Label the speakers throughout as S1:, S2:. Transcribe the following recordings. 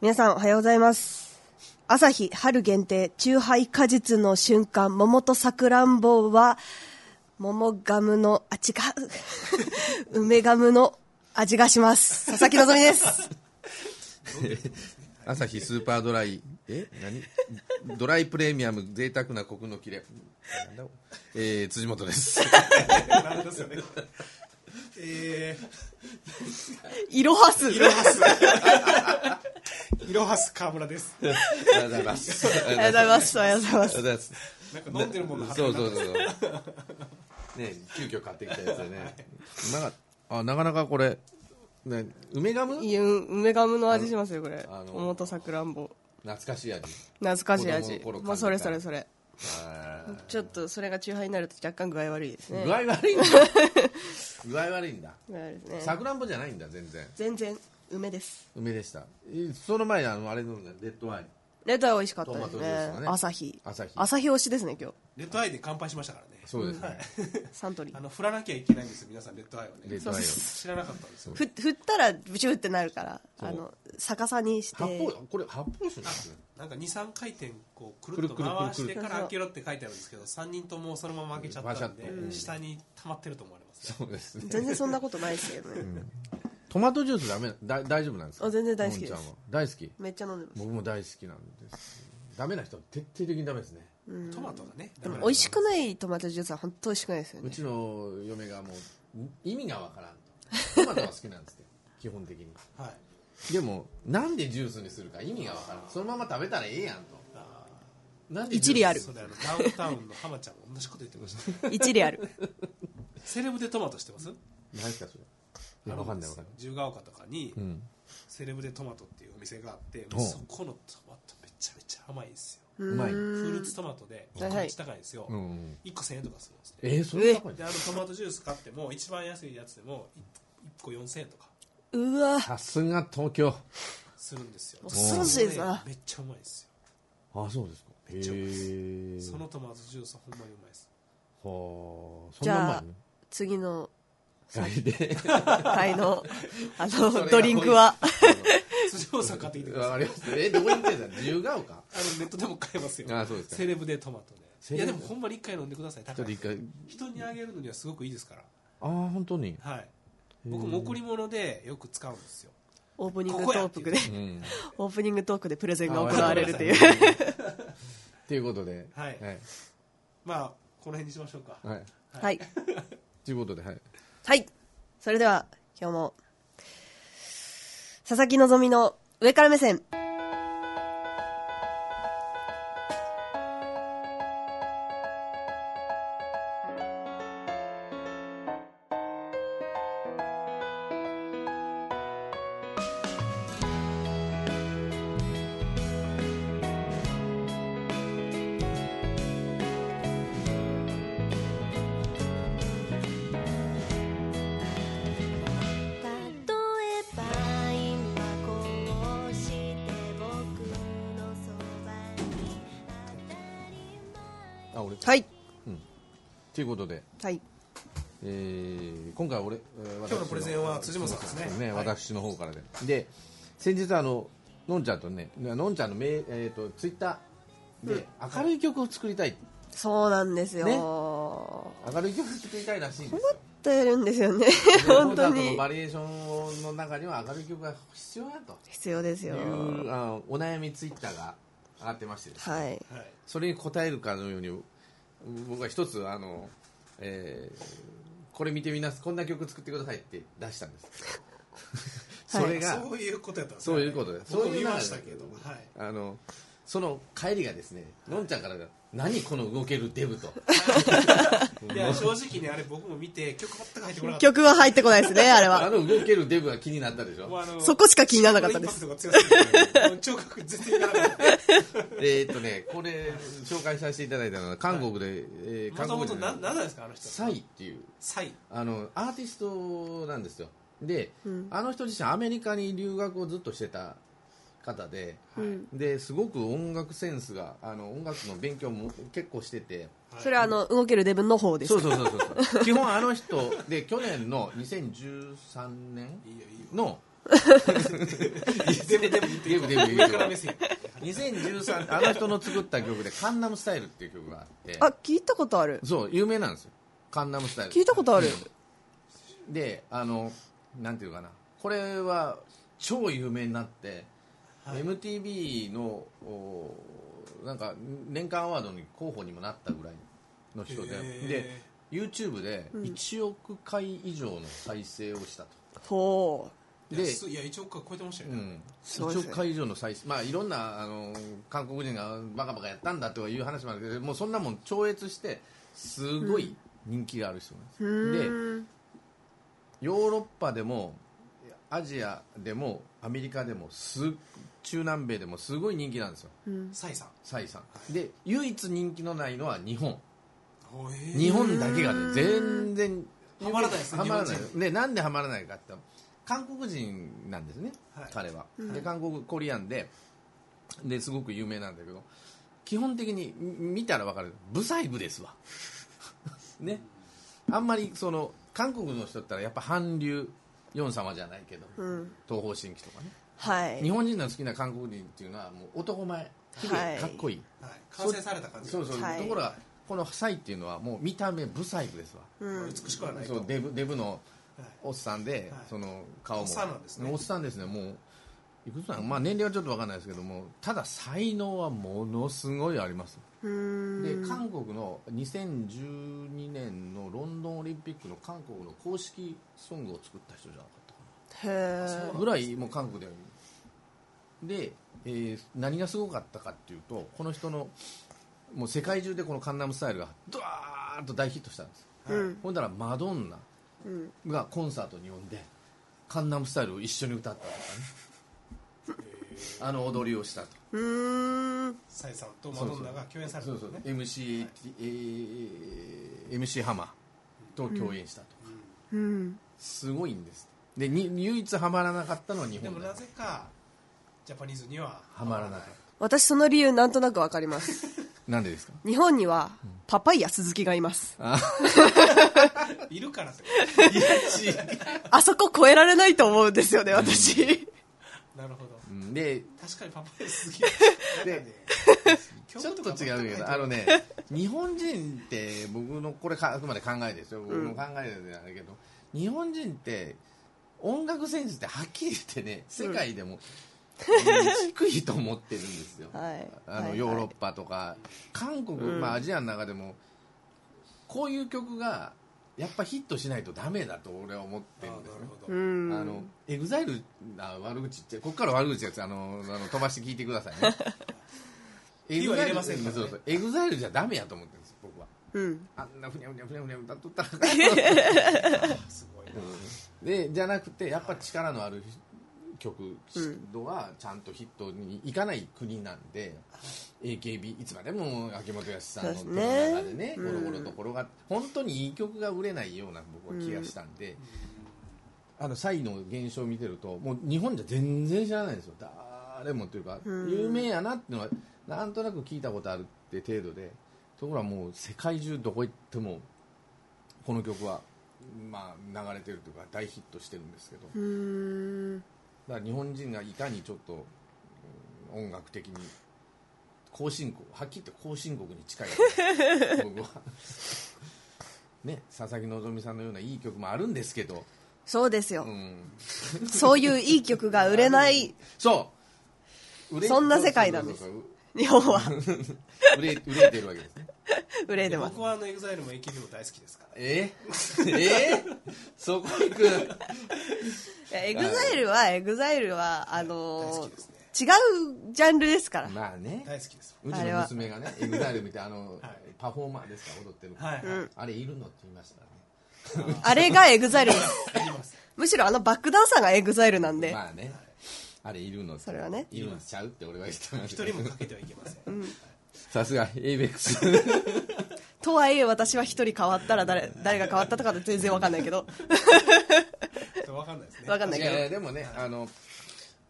S1: 皆さんおはようございます。朝日春限定、中杯果実の瞬間、桃とさくらんぼは、桃ガムの、あ、違う。 梅ガムの味がします。佐々木希です。
S2: 朝日スーパードライ、え何ドライプレミアム贅沢なコクの切れ。なんだえー、辻元です。
S3: なんですよね。え
S1: いろはす。
S3: ー、いろはす川村です。な
S2: ありがとうございます。あ
S1: あ
S2: り
S1: りがとうございます。ありがとうございます。
S2: がとうございます。
S3: んか飲んでるもの
S2: そうそうそう。ね急遽買ってきたやつでね。なかあなかなかこれ、ね、梅ガム
S1: いや、梅ガムの味しますよ、これ
S2: あ。の
S1: 桃とさくらんぼ。
S2: 懐かしい味。
S1: 懐かしい
S2: 子
S1: 味
S2: 供の頃。
S1: まあ、それそれそれ。
S2: あー
S1: ちょっと、それが中杯になると若干具合悪いですね。
S2: 具合悪 いんだ。具合悪いんだ。
S1: 具合悪いですね。
S2: さくらんぼじゃないんだ、全然。
S1: 全然梅です
S2: 梅でした。えその前にあの、あれ飲んだ、レッドワイン。
S1: レター美味しかったです
S2: トマトジ
S1: ね
S2: ュースがね
S1: 朝日
S2: 朝日
S1: 推しですね今
S3: レッドアイで乾杯しましたからね。
S2: そうですね。
S1: 日サントリ
S3: あ
S1: ー
S3: の振らなきゃいけないんですよ皆さんレッドアイを
S2: レ
S3: ね
S2: ッ。ドアイを
S3: 知らなかったんですよ。
S1: ふ振ったらブチュってなるから
S2: そう
S1: あの逆さにして
S2: 発泡これ発泡酒なんですね
S3: なんか二三回転こうくるっと
S2: くるくるくるくる
S3: 回してから開けろって書いてあるんですけど、三人ともそのまま開けちゃったん
S2: バシャッ
S3: で下に溜まってると思われますね。
S2: そうですね
S1: 全然そんなことないですけどね、
S2: トマトジュースダメだ大丈夫なんですか
S1: あ全然大好きです
S2: のんちゃんは大好き
S1: めっちゃ飲んでます
S2: 僕も大好きなんですダメな人は徹底的にダメですね
S3: トマトがね。
S1: で
S3: ダメ
S1: も
S3: なん
S1: 美味しくないトマトジュースは本当美味しくないですよ
S2: う
S1: ね
S2: ちの嫁がもうん意味がわからんとトマトは好きなんですよ基本的に
S3: はい。
S2: でもなんでジュースにするか意味がわからんそのまま食べたらええやんと
S3: あー
S2: なんで
S1: 一理ある
S2: ジュ
S3: そ
S2: ー
S3: うだよあのダウンタウンの浜ちゃんも同じこと言ってましたね。
S1: 一理ある
S3: セレブでトマトしてます？
S2: ス何ですかそれいやわかんないわかんない
S3: 自由が丘とかに
S2: うん
S3: セレブでトマトっていうお店があって、
S2: うん
S3: そこのトマトめちゃめちゃ甘いんですよ。
S1: う
S2: まい
S3: フルー
S1: ん
S3: ツトマトで
S1: はい
S3: 1
S1: はい
S3: 個高いんですよ、
S2: うんうん
S3: 1個1000円とかするんですね
S2: えー、それ
S3: であのトマトジュース買っても一番安いやつでも 1, 個4000円とか
S1: うわ
S2: さすが東京
S3: するんですよ
S1: 恐ろしいですな
S3: めっちゃうまいですよ
S2: あそうですかへ
S3: っちゃうまいです
S2: え
S3: そのトマトジュースはほんまにうまいです
S2: はあそん
S1: じゃ
S2: なうまい
S1: あ
S2: の
S1: 次の
S2: 二人で
S1: 会 のあ
S2: それ
S1: の
S2: が
S1: ドリンクは
S3: 辻本さん買ってきてくだ
S2: わ
S3: さ
S2: か
S3: い
S2: りました。え、どこに行ってんだ自由が丘
S3: あのネットでも買えますよ
S2: あそうですか
S3: セレブでトマト
S2: セ
S3: でい
S2: レ
S3: や
S2: ブ
S3: でもほんまに1回飲んでください
S2: ちょ
S3: 高
S2: っと
S3: い
S2: 一回。
S3: 人にあげるのにはすごくいいですから
S2: ああ、本当に。
S3: はい僕も贈り物でよく使うんですよ
S1: オープニングトークで
S3: こ
S2: うん。
S1: オープニングトークでプレゼンが
S2: あ
S1: 行われるとい
S2: わか
S1: う
S2: りましたっていうことで。
S3: はい
S2: はい。
S3: まあこの辺にしましょうか
S2: はい。
S1: はい
S2: ということで、はい。
S1: はい。それでは、今日も、佐々木希の上から目線。
S4: 例えば今こうして僕のそばに当たり前
S2: あ、俺。。
S1: はいい。
S2: ということで、
S1: はい。
S2: えー今回は俺、えー私
S3: 今日のプレゼンは辻本さんですね
S2: ね、
S3: はい
S2: 私の方からで。で、先日あの、のんちゃんとね、のんちゃんのめ、えっと、ツイッターで、明るい曲を作りたい。
S1: そうなんですよ。
S2: ね
S1: 困
S2: 明るい曲を作りたいらしいんですよ。
S1: ってるんですよ ね。
S2: コ
S1: 本
S2: ン
S1: 当
S2: サートの
S1: に。
S2: バリエーションの中には明るい曲が必要だと。
S1: 必要です
S2: い
S1: よ。
S2: うあのお悩みツイッターが上がってましてですね
S1: はい。
S3: はい
S2: それに答えるかのように僕は一つあの、えーこれ見てみなすこんな曲作ってくださいって出したんですそれが、
S3: そういうことやったんです
S2: そういうことです
S3: そう
S2: そうい
S3: 見
S2: うの
S3: ま
S2: が
S3: したけど、はい、
S2: あのその帰りがですねのんちゃんから「何この動けるデブ」と
S3: いや正直ねあれ僕も見て曲全く入ってこなかった
S1: 曲は入ってこないですね、あれ
S2: あ
S1: は。
S2: の動けるデブが気になったでし
S3: もう
S2: ょ
S3: あの
S1: そこしか気にならなかったです。
S3: インパクトが強すぎてもう聴覚全然いか なかった
S2: えーっとねこれ紹介させていただいたのは韓国で、えー
S3: も
S2: 韓
S3: とも
S2: 国
S3: と
S2: 人
S3: 何
S2: の
S3: なんですかあの人
S2: サイっていう
S3: サイ
S2: あのアーティストなんですよで、あの人自身アメリカに留学をずっとしてた方で
S1: うん。
S2: ですごく音楽センスがあの音楽の勉強も結構してて
S1: それはあの、動けるデブの方です
S2: そう。そうそう そう基本あの人で去年の2013年
S3: いいよいいよ
S2: の
S3: 全部全部言ってい
S2: デブデブ
S3: い
S2: 言
S3: 上
S2: う
S3: から目線
S2: 2013あの人の作った曲で「カンナムスタイル」っていう曲があって
S1: あ、聞いたことある。
S2: そう有名なんですよカンナムスタイル
S1: 聞いたことある。
S2: であのなんていうかなこれは超有名になって、MTV のおなんか年間アワードに候補にもなったぐらいの人でで
S3: へ
S2: YouTube で1億回以上の再生をしたと、
S1: ほ
S3: で
S2: で
S3: いや一応超えてましたよ
S2: う
S3: ね、
S2: ん、
S1: すごい
S2: 1
S1: ですね
S2: 億回以上の再生、まあ、いろんなあの韓国人がバカバカやったんだという話もあるけどもうそんなもん超越してすごい人気がある人なんです、
S1: う。うーん。
S2: ヨーロッパでもアジアでもアメリカでもす中南米でもすごい人気なんですよ
S1: うん
S3: サイさん
S2: サイさんで唯一人気のないのは日本
S3: おえ
S2: 日本だけがね全然
S3: ハマらないですね
S2: ハマらな
S3: 日
S2: い
S3: 本人
S2: でなんでハマらないかって言ったら韓国人なんですね、
S3: はい
S2: 彼は、で韓国コリアンでですごく有名なんだけど基本的にみ見たら分かるブサイブですわ ねあんまりその韓国の人だったらやっぱ韓流ヨン様じゃないけど、
S1: ん
S2: 東方神起とかね
S1: はい。
S2: 日本人の好きな韓国人っていうのはもう男前綺麗、
S1: はい
S2: かっこいい
S3: はい、完成された感じ
S2: そうそう、
S1: はい
S2: ところがこのサイっていうのはもう見た目ブサイクですわ、
S1: うん。
S3: 美しくはないと
S2: そうデブデブの
S3: はい
S2: おっさんで、
S3: はい
S2: その顔も
S3: おっさんなんですね
S2: おっさんですねもういくつなんまあ年齢はちょっとわかんないですけどもただ才能はものすごいあります
S1: う
S2: で
S1: ーん。
S2: 韓国の2012年のロンドンオリンピックの韓国の公式ソングを作った人じゃなかったか
S1: へえ。
S2: なぐらいもう韓国でで、えー何がすごかったかっていうとこの人のもう世界中でこの「カンナムスタイル」がドワーッと大ヒットしたんです
S1: うん。
S2: ほんだらマドンナ
S1: うん。
S2: がコンサートに呼んで「カンナムスタイル」を一緒に歌ったとかねあの踊りをしたと
S1: うーん。
S3: サイさんとマドンナが共演された
S2: そ
S3: ん
S2: う
S3: です
S2: そう
S3: ね
S2: MC,、えー MC ハマと共演したと、
S1: うん。
S2: すごいんですでに唯一ハマらなかったのは日
S3: で
S2: 本
S3: も
S2: だ
S3: なぜかジャパニーズには
S2: ハマらなかっ
S1: 私その理由なんとなくわかります。
S2: たなんでですか
S1: 日本には、パパイヤ鈴木がいます。
S3: いるからってこ
S1: あそこ超えられないと思うんですよね、私。
S3: となるほど
S2: うんで
S3: 確かにパパイヤすげえなんかね
S2: ちょっと違うけど、あのね、日本人って、僕の、これか、あくまで考えですよ。僕の考えでなんだけど、日本人って、音楽センスってはっきり言ってね、世界でも、うん低いと思ってるんですよ。
S1: はい
S2: あ
S1: はい
S2: の、
S1: はい
S2: ヨーロッパとか、韓国、まあ、アジアの中でも、こういう曲が、やっぱヒットしないとダメだと俺は思って
S3: あ
S2: る
S3: ーなんる
S2: ですよ
S1: う
S2: ね。
S3: ほど、
S1: ん。
S2: あの、エグザイルな悪口って、ここから悪口です。あの、あの飛ばして聞いてくださいね。エ
S3: 火は入れませんからね
S2: そうそう。エグザイルじゃダメやと思ってるんです、僕は。
S1: うん。
S2: あんなふにゃふにゃふにゃふにゃ歌っとったら。
S3: すごいな
S2: で、じゃなくて、やっぱ力のある曲、度はちゃんとヒットにいかない国なんで、AKB、いつまでも秋元康さんの手
S1: そう
S2: の
S1: ですね
S2: 中でね、ゴ
S1: う
S2: ロ
S1: ん
S2: ゴロと転がって、本当にいい曲が売れないような僕は気がしたんで、あのサイの現象を見てるともう日本じゃ全然知らないんですよ誰もというか、
S1: うん
S2: 有名やなっていうのはなんとなく聞いたことあるって程度でところがもう世界中どこ行ってもこの曲は、まあ、流れてるというか大ヒットしてるんですけど
S1: うーん。
S2: だから日本人がいかにちょっとうん音楽的に後進国はっきり言って後進国に近い 僕は。ね、佐々木希さんのようないい曲もあるんですけど、
S1: そうですよ
S2: う。ん、
S1: そういういい曲が売れない
S2: そう売れ
S1: そんな世界なんです
S2: そうそうそう
S1: 日本は
S2: そう売れ売れてるわけですね
S1: 売れてます。
S3: 僕はあのエグザイルも AKB も大好きですから
S2: え えそこ行く
S1: エグザイルは、エグザイルは、あ
S3: 大好
S1: の
S3: きですね
S1: 違うジャンルですから。
S2: まあね
S3: 大好きです
S2: うち
S1: あれ
S2: の
S1: は
S2: 娘がね EXILE 見てあの、
S3: はい
S2: パフォーマーですか踊ってる、
S3: はい、はい
S2: あれいるのって言いましたね
S1: あれがエグザイルです。
S3: あり ます
S1: むしろあのバックダンサーがエグザイルなんで。
S2: まあねあれいるのって
S1: それはね
S2: いるのちゃうって俺は言ってました
S3: 一人もかけてはいけません、
S2: さすが ABEX
S1: とはいえ私は一人変わったら誰、誰が変わったとか全然わかんないけど。
S3: 分かんないですね
S1: わかんない
S2: い
S1: けど
S2: やいやでもねあの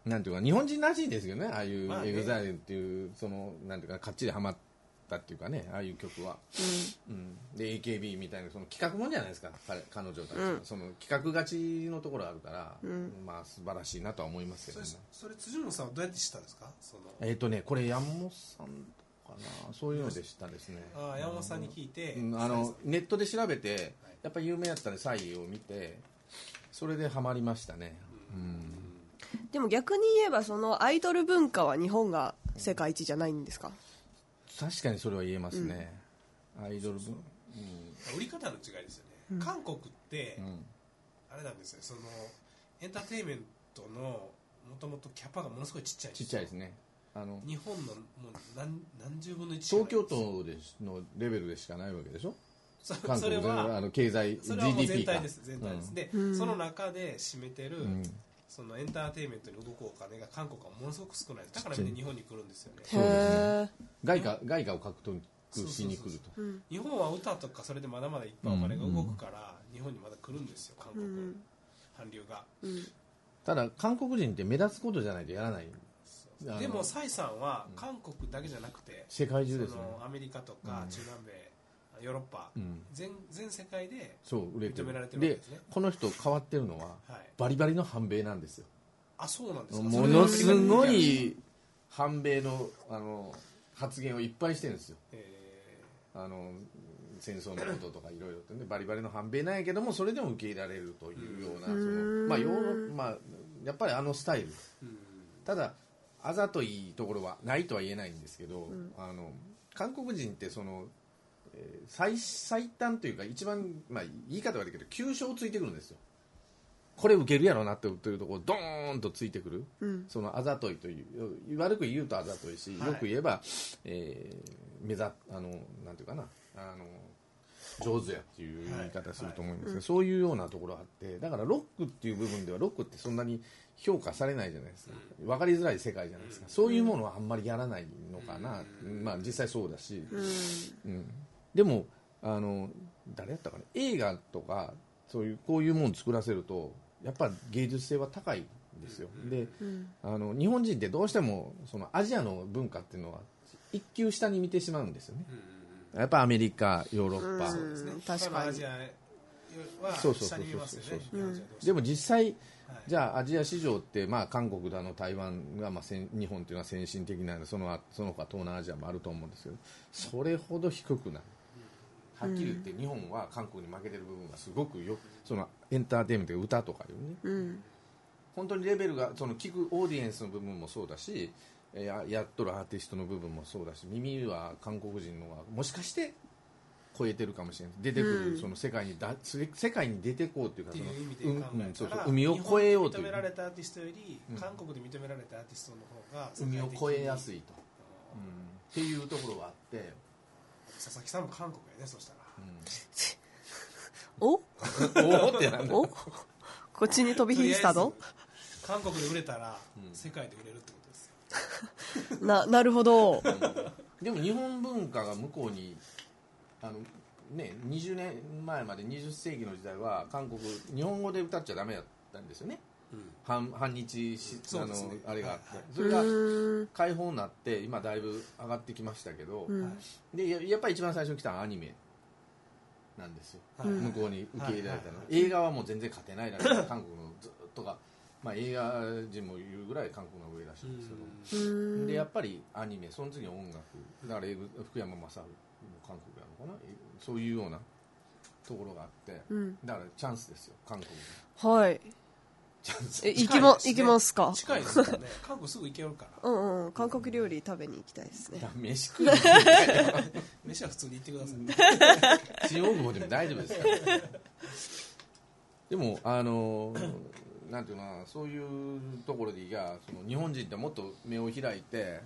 S2: なんていうか日本人らしいんですけどねああいう
S3: まあね
S2: EXILE っていうそのなんていうかかっちりハマっったっていうかねああいう曲は、うんで AKB みたいなその企画もんじゃないですか彼彼女たちは、その企画勝ちのところあるから、まあ素晴らしいなとは思いますけ
S3: そ
S2: ど
S3: れ
S2: ね
S3: それ辻野さんはどうやって知ったんですかその
S2: えっ、とねこれ山本さんかなそういうのでしたですね
S3: あー山本さんに聞いて、
S2: うんあのネットで調べて
S3: はい
S2: やっぱ有名やったんでサイを見てそれでハマりましたね、うん
S1: でも逆に言えばそのアイドル文化は日本が世界一じゃないんですか
S2: 確かにそれは言えますね、アイドル分
S3: 売り方の違いですよね、韓国って、
S2: うん
S3: あれなんですよそのエンターテインメントのもともとキャパがものすごいちっちゃいん
S2: ちっ
S3: よ
S2: ちゃいですねあの
S3: 日本のもう何何十分の1しかない
S2: 東京都でしのレベルでしかないわけでしょ
S3: そ
S2: 韓
S3: そ
S2: 国
S3: れ
S2: 全体あ
S3: は
S2: の経済
S3: それはもう
S2: GDP
S3: 全
S2: か
S3: 体です全体です、で、その中で占めてる、
S2: うん
S3: そのエンターテインメントに動くお金が韓国はものすごく少ないですだから
S2: ちっちゃい
S3: みんな日本に来るんですよね
S2: うですね
S1: へえ
S2: 外貨外貨を獲得しに来ると
S3: そうそう日本は歌とかそれでまだまだいっぱいお金が動くから、日本にまだ来るんですよ韓国、
S1: うん
S3: 韓流が
S2: ただ韓国人って目立つことじゃないとやらないあの
S3: でも蔡さんは韓国だけじゃなくて、
S2: 世界中
S3: そ
S2: ですね
S3: のアメリカとか中南米、ヨーロッパ、
S2: うん
S3: 全全世界で
S2: そう売れて
S3: 認められてるわけ
S2: で
S3: ですね
S2: この人変わってるのは、
S3: はい
S2: バリバリの反米なんですよ
S3: あそうなんですか
S2: ものすご
S3: それで
S2: い反米のあの発言をいっぱいしてるんですよ
S3: え
S2: あの戦争のこととかいろいろとねバリバリの反米なんやけどもそれでも受け入れられるというようなそのまあヨーロッまあやっぱりあのスタイル
S3: ーうん
S2: ただあざといところはないとは言えないんですけど、あの韓国人ってその、えー最最短というか一番、まあ、言い方悪いけど急所をついてくるんですよこれ受けるやろなって言ってるところドーンとついてくる、そのあざといという悪く言うとあざといし、
S3: はい
S2: よく言えば、えー目ざあのなんていうかなあの上手やっていう言い方すると思うんですけど、そういうようなところあってだからロックっていう部分ではロックってそんなに評価されないじゃないですか分かりづらい世界じゃないですか、そういうものはあんまりやらないのかな、まあ実際そうだし、うんでもあの誰やったかね映画とかそういうこういうもの作らせるとやっぱ芸術性は高いんですよ、であの日本人ってどうしてもそのアジアの文化っていうのは一級下に見てしまうんですよね、やっぱアメリカヨーロッパ、
S1: うん
S3: ですね
S1: 確かに
S3: 他のアジアは
S2: そうそうそうそう
S3: 下に見ますよね
S2: う
S3: 日本人はどうして
S2: でも実際、
S3: はい
S2: じゃあアジア市場って、まあ、韓国だの台湾が、まあ、先日本っていうのは先進的なのでそのその他東南アジアもあると思うんですけどそれほど低くない。はっきり言って日本は韓国に負けてる部分がすごくよそのエンターテインメントや歌とかよりね、
S1: うん
S2: 本当にレベルがその聞くオーディエンスの部分もそうだしえーややっとるアーティストの部分もそうだし耳は韓国人のはもしかして超えてるかもしれない出てく
S1: う
S2: る、
S1: ん
S2: その世界にだ世世界に出てこうっていう
S3: っ
S2: かそ
S3: てい
S2: の
S3: う意味で
S2: う
S3: 考
S2: んうんそう
S3: えた
S2: そう
S3: ら
S2: 海を越えようとい
S3: 日本で認めら
S2: う
S3: れたアーティストより、韓国で認められたアーティストの方が
S2: 海を越えやす
S3: い
S2: いと、うんっていうところはあって、
S3: 佐々木さんも韓国やねそしたら
S1: お
S2: うん、 おおってなんだ
S1: お こっちに飛び火したの
S3: とりあえず韓国で売れたら、世界で売れるってことですよ
S1: ななるほど
S2: でも日本文化が向こうにあの、ね、20年前まで20世紀の時代は韓国日本語で歌っちゃダメだったんですよね、反反日し、
S3: そ
S2: あ
S3: う
S2: の
S3: ですね
S2: あれがあって、
S3: はい
S2: それが解放になって今だいぶ上がってきましたけど、でややっぱり一番最初に来たのはアニメなんですよ、
S3: はい
S2: 向こうに受け入れられたの、
S3: はい
S2: 映画はもう全然勝てないらしい韓国のずっとが、まあ、映画人も言うぐらい韓国の上らしいんですけど。
S1: うー
S2: でや
S1: ん
S2: っぱりアニメその次音楽だから英語福山雅治も韓国なのかなえそういうようなところがあって、
S1: うん
S2: だからチャンスですよ韓国
S1: はい
S2: チャンス
S1: え行
S3: 近
S1: き
S3: い
S1: ま
S3: ですね
S1: 行きますか
S3: 近いですよ ね韓国すぐ行けるから
S1: うんうん韓国料理食べに行きたいですね
S2: だ飯食いに行きたいよ
S3: 飯は普通に行ってください、
S2: 新大久保でも大丈夫ですからでもあのなんていうかなそういうところでいやその日本人ってもっと目を開いて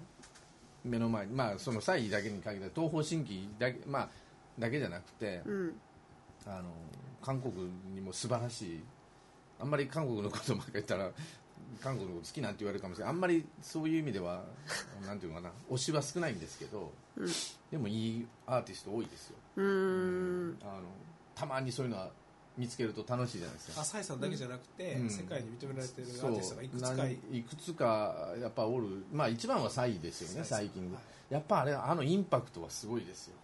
S2: 目の前にまあその際だけに限らず東方神起だけ,、まあ、だけじゃなくて、
S1: うん
S2: あの韓国にも素晴らしいあんまり韓国のことばっかり言ったら韓国のこと好きなんて言われるかもしれないあんまりそういう意味ではなんていうのかな推しは少ないんですけど、でもいいアーティスト多いですよ
S1: うーん
S2: あのたまにそういうのは見つけると楽しいじゃないですか
S3: 浅井さんだけじゃなくて、
S2: うん
S3: 世界に認められてるア
S2: そ
S3: ー
S2: う
S3: ティストがいくつかい
S2: 何いくつかやっぱおるまあ一番はサイですよね
S3: サイ
S2: 最近でやっぱあれあのインパクトはすごいですよ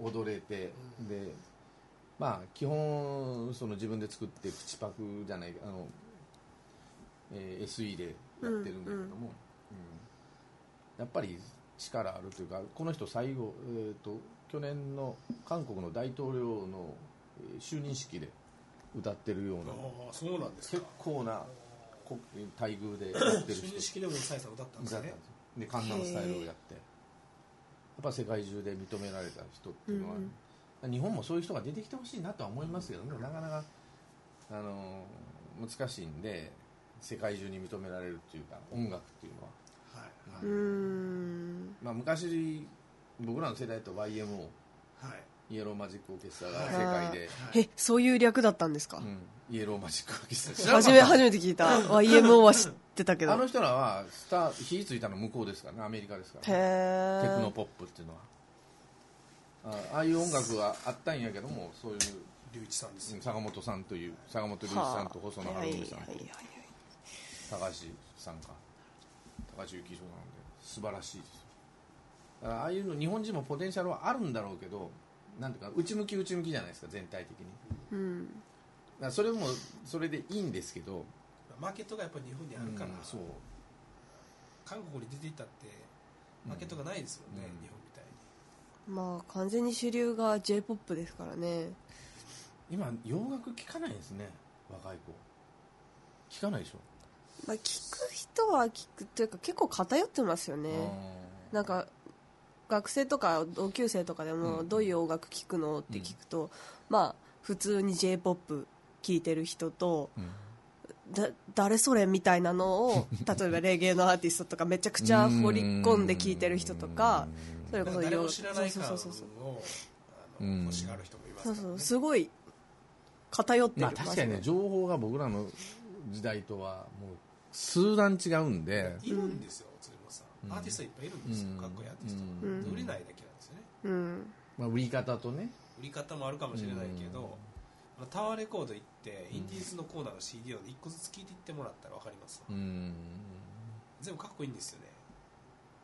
S2: 踊れて、でまあ基本その自分で作って口パクじゃないあの、えー SE でやってるんだけども、
S1: うんうん
S2: うんやっぱり力あるというかこの人最後、えー、と去年の韓国の大統領のえー就任式で歌ってるよう
S3: あ
S2: な
S3: あそうなんです
S2: 結
S3: か
S2: 構なこ待遇でやってる
S3: 就任
S2: 人
S3: 式でも浅井さん歌ったん
S2: だ
S3: で
S2: っ
S3: す
S2: たんです
S3: ね
S2: よで「カンナムスタイル」をやってやっぱ世界中で認められた人っていうのは、
S1: うん
S2: 日本もそういう人が出てきてほしいなとは思いますけどね、なかなか、あのー難しいんで世界中に認められるっていうか音楽っていうのは、
S3: はいは
S1: うーん
S2: まあ、昔僕らの世代だと YMO
S3: いはい
S2: イエローマジックオーケストラが世界で、
S1: えそういう略だったんですか、
S2: うんイエローマジックオーケストラ知らなか
S1: 初
S2: っ
S1: め
S2: た
S1: 初めて聞いた YMO は知ってたけど
S2: あの人らはスター火ついたの向こうですからねアメリカですから、ね、
S1: へ
S2: テクノ
S1: え
S2: ポップっていうのはあああいう音楽はあったんやけどもそういう
S3: 龍一さんです
S2: う
S3: よ
S2: ん坂本さんという坂本龍一さんと細野晴臣さんと高橋さんか高橋幸宏さんなんで素晴らしいですよだからああいうの日本人もポテンシャルはあるんだろうけどなんていうか内向き内向きじゃないですか全体的に
S1: うん
S2: だからそれもそれでいいんですけど
S3: マーケットがやっぱり日本にあるから、
S2: うんそう
S3: 韓国に出ていったってマーケットがないですもんね、
S2: うん
S3: 日本みたいに
S1: まあ完全に主流が j p o p ですからね
S2: 今洋楽聴かないですね若い子聴かないでしょ
S1: まあ聞く人は聞くというか結構偏ってますよね
S2: あー
S1: なんか学生とか同級生とかでも
S2: うん
S1: どういう音楽聴くのって聞くと、まあ普通に j p o p 聴いてる人と
S2: うん
S1: だ誰それみたいなの を例えばレゲエのアーティストとかめちゃくちゃ掘り込んで聴いてる人とかそれ
S3: だ
S1: こ
S3: か
S1: そ
S3: ら誰も
S1: 洋
S3: 知らない
S1: そう
S3: 感を
S1: そ
S3: あ
S1: うそうそう
S3: の
S2: うん
S3: 欲しがる人もいます
S1: そう
S3: から、
S1: そ
S3: ね
S1: うすごい偏ってる、
S2: まあ確かにね情報が僕らの時代とはもう数段違うんで
S3: いるんですよ鶴本さん、
S2: うん
S3: アーティストいっぱいいるんですよ、
S2: うん
S3: かっこいいアーティスト、
S2: うん
S3: 売れないだけなんですよね
S1: うん
S2: まあ売り方とね
S3: 売り方もあるかもしれないけど、
S2: うん
S3: まあタワーレコード行ってインディーズのコーナーの CD を1個ずつ聞いていってもらったら分かりますわ、
S2: うん
S3: 全部かっこいいんですよね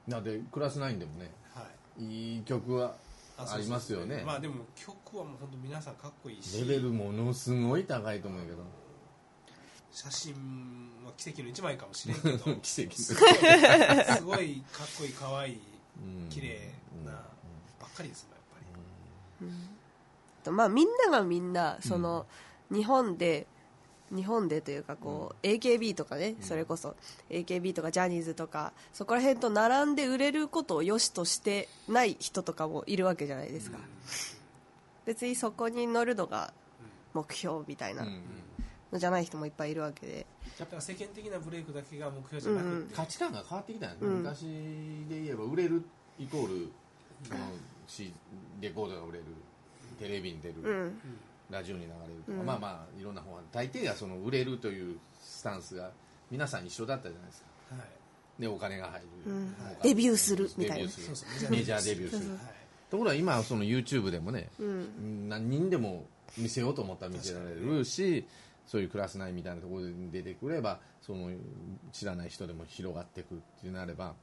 S2: だってクラス9でもね
S3: はい
S2: いい曲はありますよね
S3: まあでも曲はもう本当皆さんかっこいいし
S2: レベルものすごい高いと思うんや
S3: 写真は奇跡の一枚かもしれんけど
S2: 奇跡
S3: すごいすごいかっこいい可愛い
S2: うん
S3: 綺麗なばっかりですもんやっぱり
S1: とまあみんながみんなその、日本で日本でというかこう、AKB とかね、それこそ AKB とかジャニーズとかそこら辺と並んで売れることを良しとしてない人とかもいるわけじゃないですか、別にそこに乗るのが目標みたいな
S2: うんうん
S1: のじゃない人もいっぱいいるわけで、
S3: だから世間的なブレイクだけが目標じゃなくて、
S2: 価値観が変わってきたよね、
S1: うん
S2: 昔で言えば売れるイコール、あのしレコードが売れるテレビに出る、
S1: うん、
S2: ラジオに流れるとか、
S1: うん
S2: まあまあいろんな方が大抵がその売れるというスタンスが皆さん一緒だったじゃないですか
S3: はい
S2: でお金が入る、
S1: うん
S2: お金
S1: デビューするみたいな
S2: デビューする
S3: そうそう
S2: メジャーデビューする
S3: はい、
S2: ところが今はその YouTube でもね、
S1: うん
S2: 何人でも見せようと思ったら見せられるしそういうクラス内みたいなところで出てくればその知らない人でも広がっていくってなれば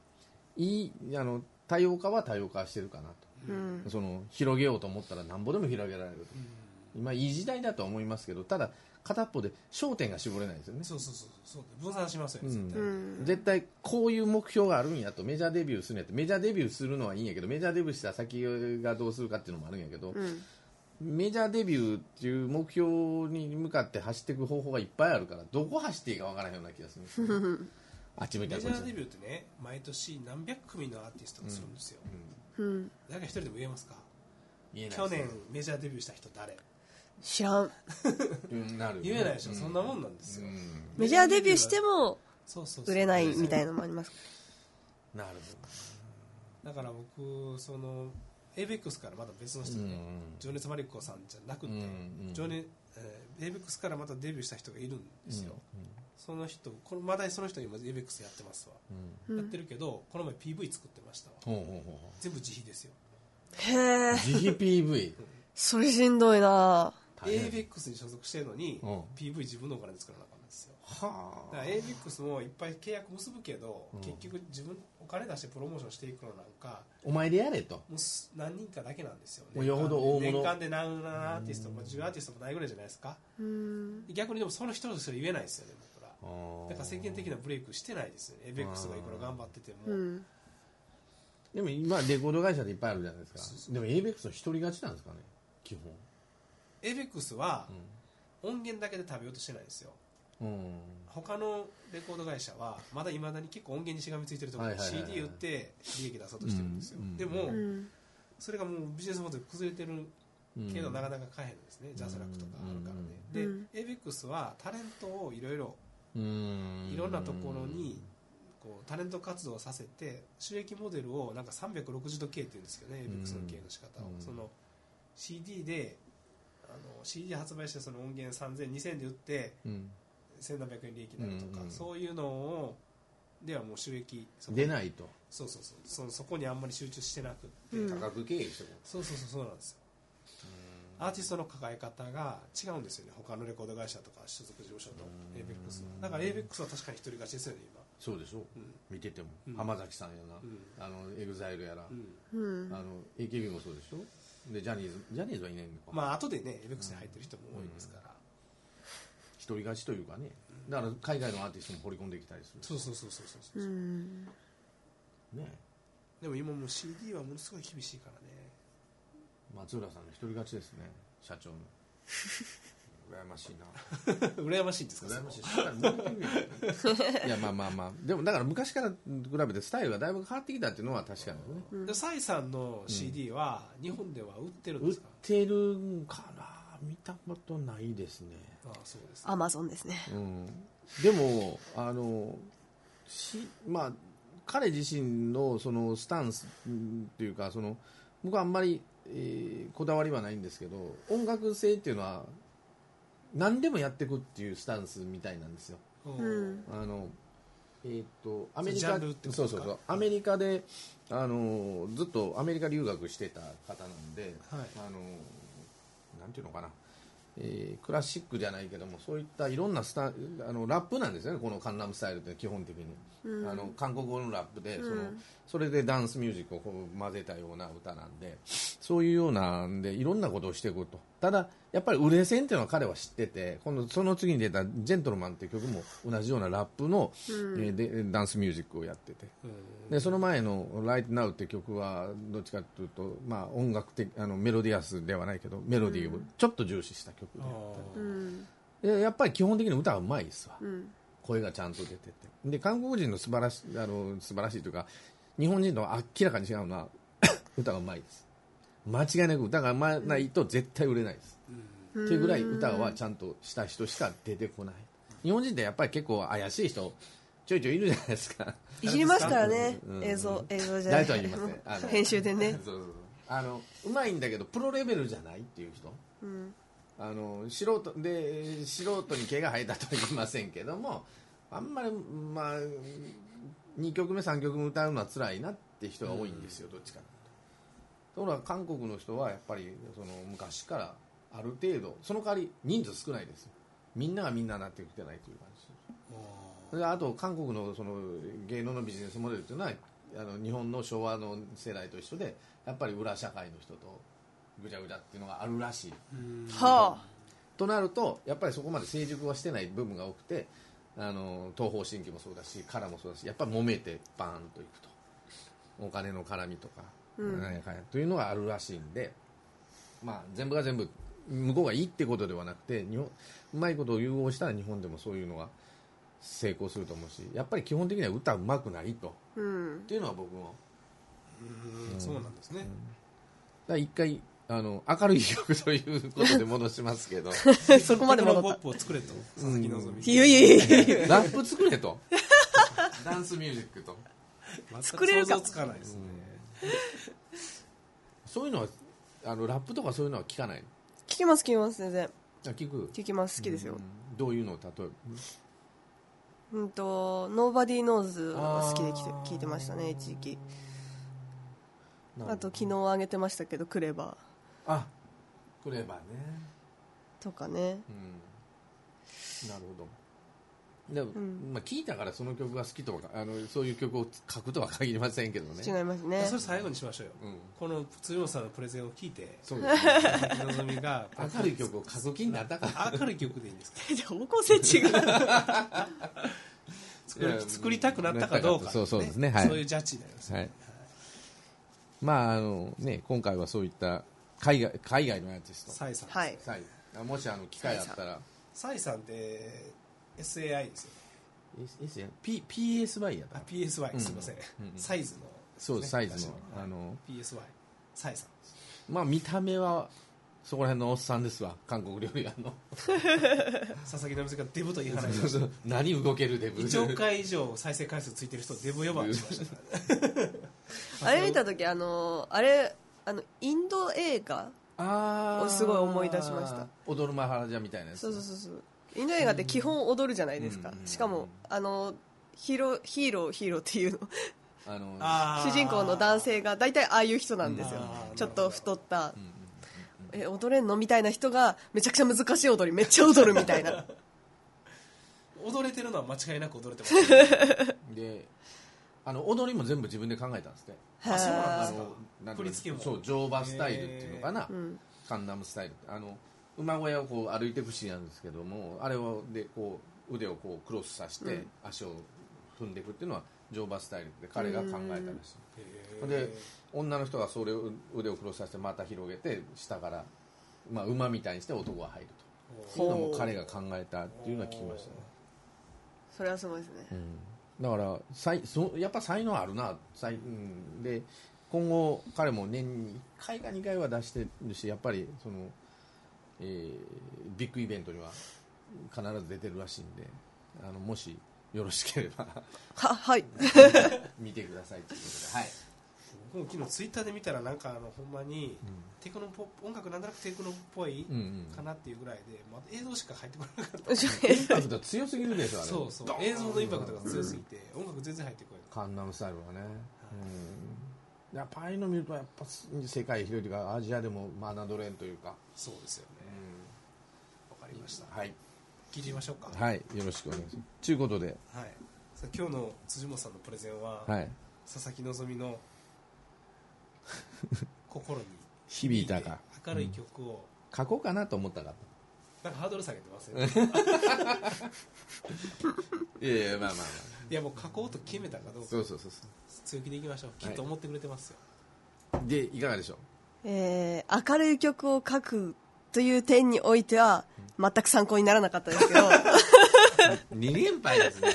S2: いいあの多様化は多様化してるかな
S1: うん
S2: とその広げようと思ったらなんぼでも広げられると
S3: うん
S2: 今いい時代だとは思いますけどただ片っぽで焦点が絞れないですよね
S3: そうそうそうそう分散しますよね、
S2: うん
S3: 絶対
S1: うん
S2: 絶対こういう目標があるんやとメジャーデビューするんやってメジャーデビューするのはいいんやけどメジャーデビューしたら先がどうするかっていうのもあるんやけど、
S1: うん
S2: メジャーデビューっていう目標に向かって走っていく方法がいっぱいあるからどこ走っていいかわからへんような気がするんですよねあっち向いた
S3: メ
S2: らこ
S3: ジ
S2: っ
S3: ャ
S2: ち
S3: ーデビューってね毎年何百組のアーティストがするんですよ、
S1: うん
S3: 誰か一人でも言えますか
S2: 言えない
S3: 去年メジャーデビューした人誰
S1: 知らん
S2: うんなるよね
S3: 言えないでしょ、そんなもんなんですよ、
S2: うん
S1: メジャーデビューしても
S3: そうそうそう
S1: 売れないみたいなのもありますか
S2: なる
S3: だから僕その ABEX からまた別の
S2: ほ
S3: 人
S2: ど
S3: で、
S2: う
S3: ね
S2: ん
S3: 情熱マリコさんじゃなくて、
S2: うんうん
S3: 情熱えー、ABEX からまたデビューした人がいるんですよ、
S2: うん
S3: その人このまだその人今 ABEX やってますわ、
S2: うん
S1: うん
S3: やってるけどこの前 PV 作ってましたわ
S2: ほうほうほうほ
S3: 全部自費ですよ
S1: へえ
S2: う GPV
S1: それしんどいな
S2: 大変
S3: ABEX に所属してるのに、
S2: うん
S3: PV 自分のお金で作らなかったんですよ
S2: は
S3: だ
S2: あ
S3: から ABEX もいっぱい契約結ぶけど、
S2: うん
S3: 結局自分お金出してプロモーションしていくのなんか
S2: お前でやれと
S3: もうす何人かだけなんですよね
S2: もうよほど大物
S3: 年間で何アーティストも10アーティストもないぐらいじゃないですか
S1: うん
S3: 逆にでもその人としか言えないですよね僕ら
S2: だ
S3: だから世間的なブレイクしてないですよね ABEX がいくら頑張ってても、
S1: うん
S2: でも今レコード会社でいっぱいあるじゃないですか
S3: そうそ
S2: でも ABEX の独り勝ちなんですかね基本
S3: ABEX は音源だけで食べようとしてないですよ
S2: うん
S3: 他のレコード会社はまだいまだに結構音源にしがみついてるところで
S2: はいはいはいはい
S3: CD 売って利益出そうとしてるんですよ、
S2: うん
S3: でも、
S1: うん
S3: それがもうビジネスモデル崩れてる
S2: うん
S3: けどなかなか買えへんですね、ジャスラックとかあるからね、で、
S1: うん
S3: ABEX はタレントをいろいろ
S2: うん
S3: いろんなところにこうタレント活動をさせて収益モデルをなんか360度経っていうんですけどね
S2: うん
S3: ABEX の経営の仕方を、
S2: うん
S3: その CD であの CD 発売してその音源30002000で売って
S2: うん
S3: 1700円利益になるとか、
S2: うんうん
S3: そういうのをではもう収益そこ
S2: 出ないと
S3: そうそうそうそのそこにあんまり集中してなくって、
S1: うん
S2: 格経営して
S3: そうそうそうそうなんですよアーティストの抱え方が違うんですよね他のレコード会社とか所属事務所と
S2: うん
S3: ABEX はだから ABEX は確かに一人勝ちですよね
S2: そうでしょ
S3: 今
S2: 見てても
S3: うん
S2: 浜崎さんや
S3: うん
S2: なあの EXILE やら
S3: うん、うん
S1: うん
S2: あの AKB もそうでしょでジャニーズジャニーズはいないのか
S3: まあ後でね ABEX に入ってる人も多いですから、
S2: 独り勝ちというかねだから海外のアーティストも掘り込んできたりする
S3: そうそうそうそうそう、
S1: うん
S2: ね
S3: でも今もう CD はものすごい厳しいからね
S2: 松浦さんの独り勝ちですね社 長の羨ましいな
S3: 羨ましいんですか
S2: 羨ましいしっかり儲けてんねんいやまあまあまあでもだから昔から比べてスタイルがだいぶ変わってきたっていうのは確かにね
S3: いでサイさんの CD は日本では売ってるん
S2: 売
S3: で
S2: っ
S3: すか、
S2: てるんかな見たことないですね
S3: ああそうです
S1: アマゾンですね
S2: うんでもあのしまあ彼自身のそのスタンスうんっていうかその僕はあんまり、えーこだわりはないんですけど音楽性っていうのは何でもやっていくっていうスタンスみたいなんですよ
S3: うん
S1: うん
S2: あのえーっとアメリカ
S3: ジャンルってこと
S2: そう
S3: です
S2: そ
S3: か
S2: うそうアメリカであのずっとアメリカ留学してた方なんで、
S3: はい
S2: あのなんていうのかな、えークラシックじゃないけどもそういったいろんなスタあのラップなんですよねこの「カンナムスタイル」って基本的に、
S1: うん
S2: あの韓国語のラップでその、
S1: うん
S2: それでダンスミュージックをこう混ぜたような歌なんでそういうようなんでいろんなことをしていくとただやっぱり売れ線っていうのは彼は知ってて今度その次に出た「ジェントルマン」っていう曲も同じようなラップの、えーでダンスミュージックをやっててでその前の「Right Now」って曲はどっちかというと、まあ、音楽的あのメロディアスではないけどメロディーをちょっと重視した曲
S3: ああ
S1: うん
S2: ででやっぱり基本的に歌はうまいですわ
S1: うん
S2: 声がちゃんと出ててで韓国人の素晴らしいあの素晴らしいというか日本人とは明らかに違う のは歌がうまいです間違いなく歌がうまないと絶対売れないです、っていうぐらい歌はちゃんとした人しか出てこない日本人ってやっぱり結構怪しい人ちょいちょいいるじゃないですか
S1: いじりますからね
S2: うん
S1: 映像映像じゃな
S2: 誰
S1: い
S2: とは言いませんあの
S1: 編集でね
S2: そうそうそうあのうまいんだけどプロレベルじゃないっていう人
S1: うん
S2: あの素人で素人に毛が生えたとは言いませんけどもあんまり、まあ、2曲目3曲目歌うのは辛いなって人が多いんですよ、どっちかというとところが韓国の人はやっぱりその昔からある程度その代わり人数少ないですよみんながみんななってきてないという感じそれであと韓国のその芸能のビジネスモデルというのはあの日本の昭和の世代と一緒でやっぱり裏社会の人とぐちゃぐちゃっていうのがあるらしい
S3: うん
S1: はあ
S2: となるとやっぱりそこまで成熟はしてない部分が多くてあの東方神起もそうだしカラもそうだしやっぱり揉めてバーンといくとお金の絡みと
S1: う
S2: か、
S1: ん
S2: 何やかんやというのがあるらしいんで、まあ、全部が全部向こうがいいってことではなくて日本うまいことを融合したら日本でもそういうのが成功すると思うしやっぱり基本的には歌うまくないと
S1: うん
S2: っていうのは僕も
S3: うんそうなんですね、
S2: だから一回あの明るい曲ということで戻しま すけど
S1: そこまで戻
S3: ポッ
S1: っ
S3: プを作れと佐々木
S1: た
S3: 希
S1: いやいやいやいや
S2: ラップ作れとダンスミュージックと。
S3: 作
S1: れるか
S3: 想像つかないですね、
S2: そういうのはあのラップとかそういうのは聞かない
S1: 聞きます聞きます全然
S2: あ聞く
S1: 聞きます好きですよ
S2: うんどういうのを例え
S1: うんと「Nobody Knows」
S2: ば
S1: が好きで聞いて聞いてましたね一時期
S2: なん
S1: あと昨日あげてましたけど「クレバ
S2: あクレバーね
S1: とかね
S2: うんなるほど。でも、まあ、聞いたからその曲が好きとはあのそういう曲を書くとは限りませんけどね。
S1: 違いますね
S3: それ最後にしましょうよ、
S2: うん
S3: この辻本さんのプレゼンを聞いて
S2: そうです、ね。
S3: のみが
S2: 明るい曲を書く気になったから。
S3: 明るい曲でいいんですか
S1: じゃあ方向性違う
S3: 作り作りたくなったかどうか、
S2: そうそうですねはい
S3: そういうジャッジになりますね、
S2: はい。まああのね今回はそういった海外海外のアーティスト。
S3: サイさん、
S1: はい
S2: はい。あもしあの機会あったら。
S3: サイさんって SAI ですよね
S2: S S P P S Y やった
S3: あ
S2: かな。
S3: PSY すいません、
S2: うんうん
S3: サイズの、
S2: そう
S3: です
S2: サイズの
S3: 確か
S2: あの
S3: PSY サイさん
S2: まあ見た目はそこら辺のおっさんですわ韓国料理屋の。
S3: 佐々木直美さんがデブと言い放ちました
S2: 何動けるデブ。
S3: 1億回以上再生回数ついてる人をデブ呼ばわりしましたからね
S1: あれ見た時あのあれあのインド映画
S2: あ
S1: をすごい思い出しました
S2: 踊るマハラジャみたいなやつ
S1: そうそうそうそうインド映画って基本踊るじゃないですか
S2: うん
S1: しかもあのヒーローヒーローヒーローっていうの
S2: あの
S3: あー
S1: 主人公の男性が大体ああいう人なんですよ
S3: あー
S1: ちょっと太った
S2: うんうん
S1: え踊れんのみたいな人がめちゃくちゃ難しい踊りめっちゃ踊るみ たいな
S3: 踊れてるのは間違いなく踊れてますね、
S2: うんであの踊りも全部自分で考えたんですって
S1: はい
S3: そうなんで
S2: あ
S3: すか
S2: のなんていうの
S3: 振り付けも
S2: そう乗馬スタイルっていうのかな、カンナムスタイルってあの馬小屋をこう歩いていくシーンなんですけどもあれをでこう腕をこうクロスさせて、
S1: うん
S2: 足を踏んでいくっていうのは乗馬スタイルで彼が考えたらしい
S3: へー
S2: で女の人がそれを腕をクロスさせてまた広げて下から、まあ、馬みたいにして男が入るとっていうのも彼が考えたっていうのは聞きましたね、
S1: それはすごいですね
S2: うん、だから才そやっぱ才能あるな才、うん、で今後彼も年に1回か2回は出してるしやっぱりその、えービッグイベントには必ず出てるらしいんであのもしよろしければ
S1: ははい
S2: 見てくださいということではい
S3: 僕も昨日ツイッターで見たらなんかあのほんまに、テクノポップ音楽なんとなくテクノっぽい
S2: うんうん
S3: かなっていうぐらいで、まあ、映像しか入ってこなかっ
S2: インパクト強すぎるでしょあ
S3: た
S2: れ
S3: そうそう映像のインパクトが強すぎて、音楽全然入ってこない
S2: カンナムスタイルはね、うん、やっぱああいうの見るとやっぱ世界広いというかアジアでも学れんというか、
S3: そうですよねわかりました
S2: はい、
S3: 聞いてみましょうか
S2: はい、よろしくお願いしますということで、
S3: はい、さあ今日の辻本さんのプレゼンは、
S2: はい、
S3: 佐々木希の心に
S2: 響いたか
S3: 明るい曲を、
S2: 書こうかなと思ったか
S3: なんかハードル下げてますね
S2: いやいやまあまあ、まあ、
S3: いやもう書こうと決めたかどうか
S2: そうそうそうそ
S3: 強気でいきましょうきっと思ってくれてますよ、
S2: うでいかがでしょう
S1: えー明るい曲を書くという点においては全く参考にならなかったです けど
S2: 2連敗です ね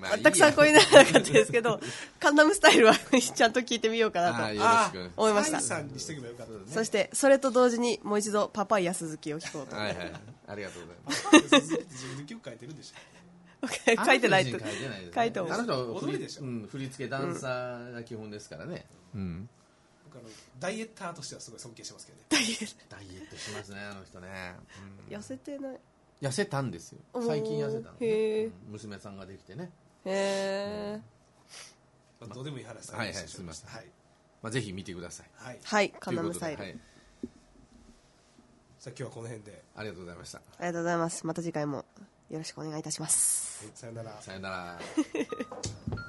S2: まあいいや
S1: 全く参考にならなかったですけ ど「カンナムスタイル」は ちゃんと聞いてみようかなと、
S2: はいよろし
S3: あ
S2: くお願いし
S1: お思いました
S3: サイさんにしとけばよかった
S1: そしてそれと同時にもう一度「パパイヤ鈴木」を聞こうと、
S2: ますはいはいありがとうございます
S3: 自分で曲書いてるんでし
S1: 書いてないと
S2: あの人自身書いてないですね
S1: 書いても
S2: あの人は振り
S3: 踊りでしょ
S2: うん、振り付けダンサーが基本ですからねうん
S3: ょ僕あのダイエッターとしてはすごい尊敬してますけどね
S2: ダイエットしますねあの人ね、うん
S1: 痩せてないへ
S2: 痩せたんですよ最近痩せたの、
S1: おーへ
S2: ね
S1: ー
S2: うん娘さんができてね、
S1: え
S3: まあどうでもいい話だ
S2: はいはい
S3: 失礼し
S2: すいま
S3: はい
S2: まあ、ぜひ見てください
S3: はい
S1: はい「カンナムス
S2: と
S1: タイ
S2: いう
S1: ル」
S2: ことではい、
S3: さあ今日はこの辺で、は
S2: ありがとうございました
S1: ありがとうございますまた次回もよろしいします
S3: いさよなら
S2: さよなら